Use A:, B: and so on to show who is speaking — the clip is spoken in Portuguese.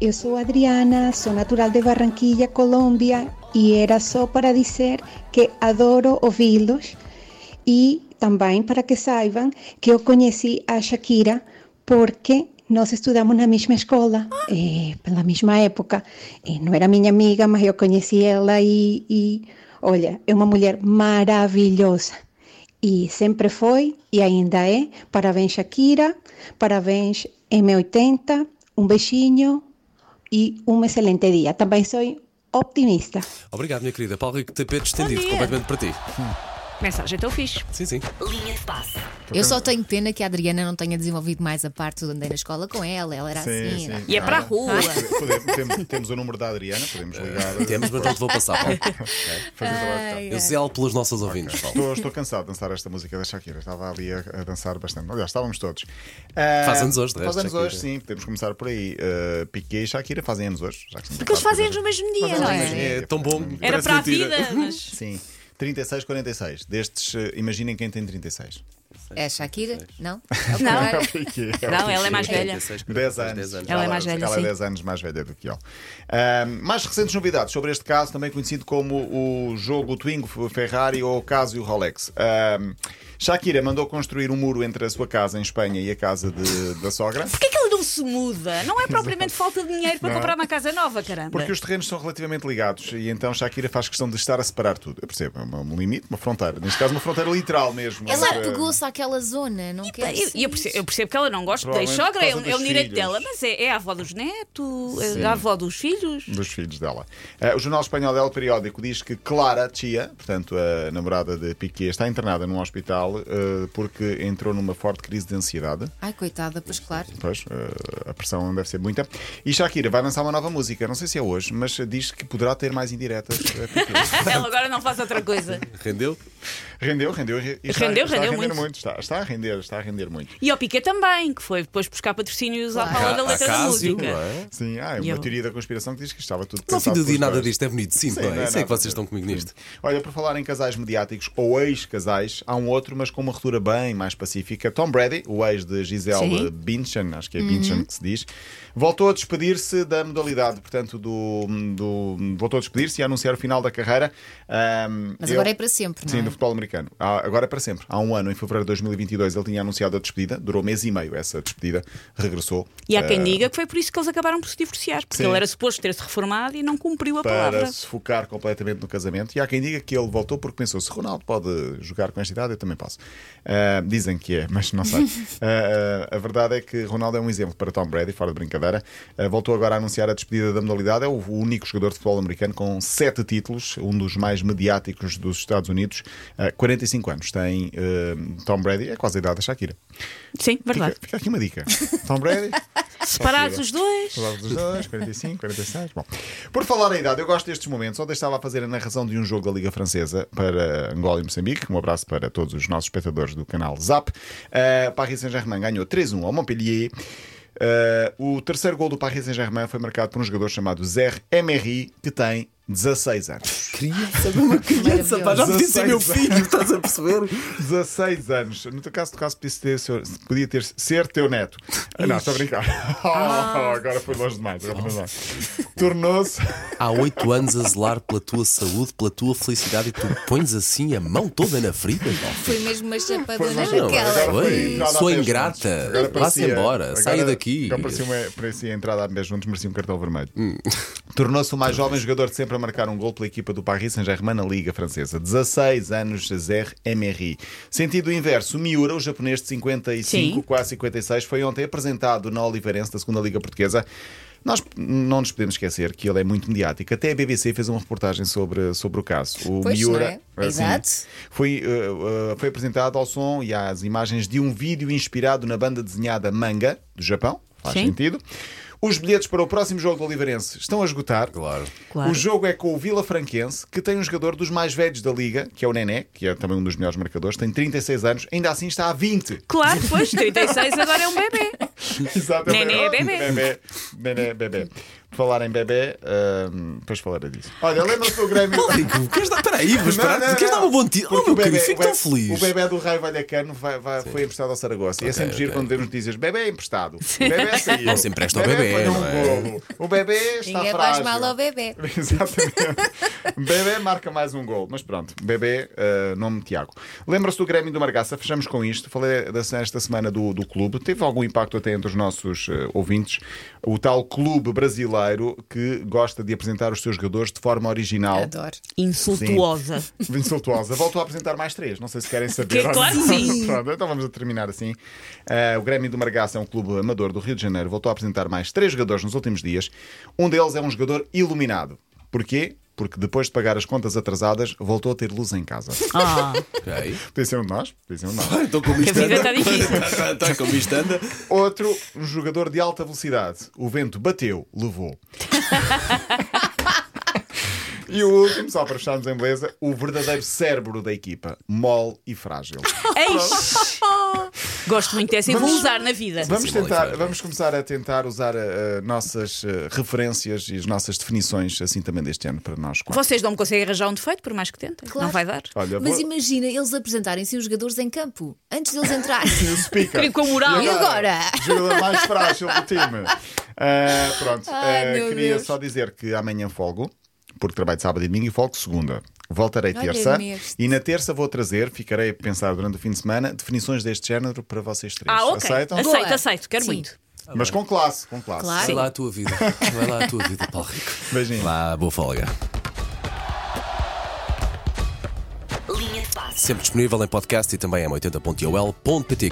A: Eu sou Adriana, sou natural de Barranquilla, Colombia, e era só para dizer que adoro ouvi-los e também para que saibam que eu conheci a Shakira porque nós estudamos na mesma escola, eh, pela mesma época. Eh, não era minha amiga, mas eu conheci ela e, e, olha, é uma mulher maravilhosa. E sempre foi e ainda é. Parabéns, Shakira. Parabéns, M80. Um beijinho e um excelente dia. Também sou optimista.
B: Obrigado, minha querida. Paulo Rico, tapete estendido
C: dia.
B: completamente para ti.
C: Mensagem tão fixe.
B: Sim, sim.
D: Linha de passe.
E: Eu só tenho pena que a Adriana não tenha desenvolvido mais a parte onde andei na escola com ela. Ela era assim. era-
C: E é para a rua.
F: Ah, Pode- pode- temos, temos o número da Adriana, podemos ligar.
B: Eh,
F: eh,
B: Temos, mas não te vou passar, Paulo.
F: fazer o trabalho de casa.
B: Eu zelo pelos nossos ouvintes, Paulo.
F: Estou, estou cansado de dançar esta música da Shakira. Estava ali a, a dançar bastante. Aliás, estávamos todos. Ah,
B: Faz anos hoje, de
F: Faz
B: resto,
F: anos hoje,
B: Shakira.
F: sim. Podemos começar por aí. Ah, Piqué e Shakira fazem anos hoje. Já É que
C: Porque eles fazem anos no mesmo dia, não é?
B: É tão bom. parece
C: Era para a
B: mentira.
C: vida, mas.
F: Sim. 36, 46. Destes, ah, imaginem quem tem 36.
E: É Shakira? Não?
C: Não,
F: Piqué.
C: não, ela é mais
B: É,
C: velha.
B: 16,
F: 10
B: 16,
F: anos.
B: 10 anos.
C: Ela é mais velha,
F: Ela é
C: sim.
F: 10 anos mais velha do que ele. Ahm, mais recentes novidades sobre este caso, também conhecido como o jogo Twingo Ferrari ou o caso e o Rolex. Ahm, Shakira mandou construir um muro entre a sua casa em Espanha e a casa de- da sogra.
C: Porquê é que ela não se muda? Não é propriamente falta de dinheiro para comprar uma casa nova, caramba.
F: é? Porque os terrenos são relativamente ligados e então Shakira faz questão de estar a separar tudo. Eu percebo, é uma- um limite, uma fronteira. Neste caso, uma fronteira literal mesmo.
E: Ela
F: Entre-
E: pegou-se àquela zona, não quer
C: Eu,
E: dizer
C: eu percebo, eu percebo que ela não gosta da
F: Provavelmente
C: sogra,
F: por
C: é,
F: causa
C: um- é um
F: dos
C: direito
F: filhos.
C: dela, mas é, é a avó dos netos, é a avó dos filhos.
F: dos filhos dela. Eh, o jornal espanhol El Periódico diz que Clara Tia, portanto a namorada de Piqué, está internada num hospital eh, porque entrou numa forte crise de ansiedade.
E: Ai, coitada, pois claro.
F: Pois, eh, a pressão deve ser muita. E Shakira vai lançar uma nova música, não sei se é hoje, mas diz que poderá ter mais indiretas. a Piqué.
C: Ah, Ela agora não faz outra coisa.
B: Rendeu?
F: rendeu, rendeu. e está-
C: Rendeu,
F: está a
C: rendeu
F: render
C: muito.
F: Está, está a render, está a render muito.
C: E ao Piqué também, que foi depois buscar patrocínios à fala da letra da
B: Acásio,
C: música.
B: não é?
F: Sim, há
C: E
F: uma
C: eu-
F: teoria da conspiração que diz que estava tudo
B: No fim
F: pensado
B: do dia
F: pelos
B: nada
F: dois.
B: disto é bonito. Sim,
F: Sim,
B: não é? Eu
F: não é
B: sei que
F: nada.
B: vocês estão comigo nisto.
F: Olha, para falar em casais mediáticos ou ex-casais, há um outro, mas com uma ruptura bem mais pacífica. Tom Brady, o ex de Gisele
C: Sim.
F: Bündchen, acho que é
E: Uhum.
F: Bündchen que se diz, voltou a despedir-se da modalidade, portanto, do, do- voltou a despedir-se e a anunciar o final da carreira. Ahm,
E: Mas
F: ele-
E: agora é para sempre, não
F: Sim,
E: é?
F: do futebol americano. Há- agora é para sempre. Há um ano, em fevereiro de 2022, ele tinha anunciado a despedida, durou um mês e meio essa despedida, regressou.
C: E há quem
F: ah,
C: diga que foi por isso que eles acabaram por se divorciar, porque
F: Sim.
C: ele era suposto ter-se reformado e não cumpriu a
F: para
C: palavra.
F: se focar completamente no casamento. E há quem diga que ele voltou porque pensou: se Ronaldo pode jogar com esta idade, eu também posso. Ah, dizem que é, mas não sei. Ah, ah, a verdade é que Ronaldo é um exemplo para Tom Brady, fora de brincadeira. Ah, voltou agora a anunciar a despedida da modalidade. É o único jogador de futebol americano com sete títulos, um dos mais mediáticos dos Estados Unidos. Ah, 45 anos tem ah, Tom Brady, é quase a idade da Shakira.
C: Sim,
F: Fica,
C: verdade.
F: fica aqui uma dica: Tom Brady.
C: Separados os dois.
F: Por lá dos dois, 45, 46. Bom, por falar em idade, eu gosto destes momentos. Ontem estava a fazer a narração de um jogo da Liga Francesa para Angola e Moçambique. Um abraço para todos os nossos espectadores do canal Zap. Uh, Paris Saint-Germain ganhou 3-1 ao Montpellier. Uh, o terceiro gol do Paris Saint-Germain foi marcado por um jogador chamado Zer Emery, que tem 16 anos.
E: Maravilhoso.
B: Pá, já podia ser
F: 16
B: meu filho, estás a perceber?
F: 16 anos. No teu caso, no caso podia ter, seu- podia ter- ser teu neto. Ah, não, estou a brincar.
B: Ah.
F: Oh, agora foi longe demais. agora foi longe. Tornou-se.
B: Há oito anos a zelar pela tua saúde, pela tua felicidade e tu pões assim a mão toda na ferida, Paulo.
E: Foi mesmo uma
F: Foi
E: chapadona
F: uma chapada.
E: daquela.
F: Agora foi
B: Oi,
F: entrada a
B: sou
F: pés
B: ingrata.
F: juntos. Agora
B: Vá-se
F: parecia-
B: embora,
F: agora-
B: saia daqui. Hum.
F: Agora parecia, uma, parecia a entrada a pés juntos, merecia um cartão vermelho. Tornou-se o mais jovem jogador de sempre a marcar um gol pela equipa do Paris Saint-Germain na Liga Francesa. 16 anos, Zer Emery. Sentido inverso, o Miura, o japonês de 55,
C: Sim.
F: quase 56, foi ontem apresentado na Oliveirense da segunda Liga Portuguesa. Nós não nos podemos esquecer que ele é muito mediático. Até a BBC fez uma reportagem sobre, sobre o caso. O
E: Pois, não
F: Miura.
E: é?
F: assim,
E: Exato.
F: foi, uh, uh, foi apresentado ao som e às imagens de um vídeo inspirado na banda desenhada Manga, do Japão. Faz
C: Sim.
F: sentido. Os bilhetes para o próximo jogo do Oliveirense estão a esgotar.
B: Claro.
C: Claro.
F: O jogo é com o Vila Franquense, que tem um jogador dos mais velhos da liga, que é o Nené, que é também um dos melhores marcadores, tem 36 anos, ainda assim está a 20.
C: Claro, pois, 36 agora é um bebê.
F: Exatamente.
C: Nené é bebê.
F: Bebê, Nené é bebê. falar em bebê, hum, depois falarei disso. Olha, lembra-se do Grêmio.
B: Rico, queres dar. Peraí, mas
F: Não,
B: espera,
F: não,
B: queres
F: não.
B: dar uma bom tiro? Oh,
F: Porque
B: meu querido,
F: bebé-
B: fico
F: o
B: tão
F: be-
B: feliz.
F: O bebê do Raio Valhacano vai- vai- foi emprestado ao Saragossa. e é sempre
B: Ok,
F: giro
B: ok.
F: quando vemos notícias: bebê é emprestado. Bebê saiu.
B: Não se empresta ao bebé,
F: falhou
B: não é?
F: um golo. O bebê está
E: Ninguém faz
F: frágil.
E: mal ao bebê.
F: Exatamente. Bebê marca mais um gol. Mas pronto, Bebê, eh, nome Tiago. Lembra-se do Grêmio do Margaça? Fechamos com isto. Falei da- esta semana do, do clube. Teve algum impacto até entre os nossos eh, ouvintes. O tal clube brasileiro que gosta de apresentar os seus jogadores de forma original.
E: Adoro.
C: Insultuosa.
F: Insultuosa. Volto a apresentar mais três. Não sei se querem saber.
C: Que é claro que sim.
F: Pronto, então vamos a terminar assim. Ah, o Grêmio do Margaça é um clube amador do Rio de Janeiro. Voltou a apresentar mais três jogadores nos últimos dias. Um deles é um jogador iluminado. Porquê? Porque depois de pagar as contas atrasadas, voltou a ter luz em casa.
C: Ah,
B: Ok.
F: Podia ser um de nós, podia ser um de nós.
B: Estou com isto.
C: a vida está difícil.
F: Tá,
B: Está com isto. anda.
F: Outro, um jogador de alta velocidade. O vento bateu, levou. E o último, só para fecharmos em beleza, o verdadeiro cérebro da equipa, mole e frágil.
C: eis. Gosto muito dessa e vou usar na vida.
B: Sim,
F: Vamos,
B: sim,
F: tentar,
E: é
B: Oliveira.
F: vamos começar a tentar usar as nossas eh, referências e as nossas definições assim também deste ano para nós. quatro.
C: Vocês não me conseguem arranjar um defeito, por mais que tentem.
E: Claro.
C: Não vai dar.
F: Olha,
E: Mas
F: vou-
E: imagina eles apresentarem-se os jogadores em campo antes deles entrarem.
F: Speaker.
C: Queria com a moral.
E: E agora?
F: Jogador mais frágil do time. Eh, pronto,
E: Ai,
F: eh,
E: meu
F: queria
E: Deus.
F: só dizer que amanhã folgo, porque trabalho de sábado e domingo e folgo segunda. Voltarei
E: Olha,
F: terça
E: neste.
F: e na terça vou trazer, ficarei a pensar durante o fim de semana, definições deste género para vocês três.
C: Ah, ok.
F: Aceitam?
C: Aceito,
E: Boa.
C: aceito. Quero
E: Sim.
C: muito.
F: Mas com classe, com classe.
E: Assim. Claro.
B: Vai lá a tua vida. Vai lá a tua vida, Paulo Rico.
F: Beijinho.
B: Vá, boa folga.
D: Linha de passe.
B: Sempre disponível em podcast e também em 80.ol.pt.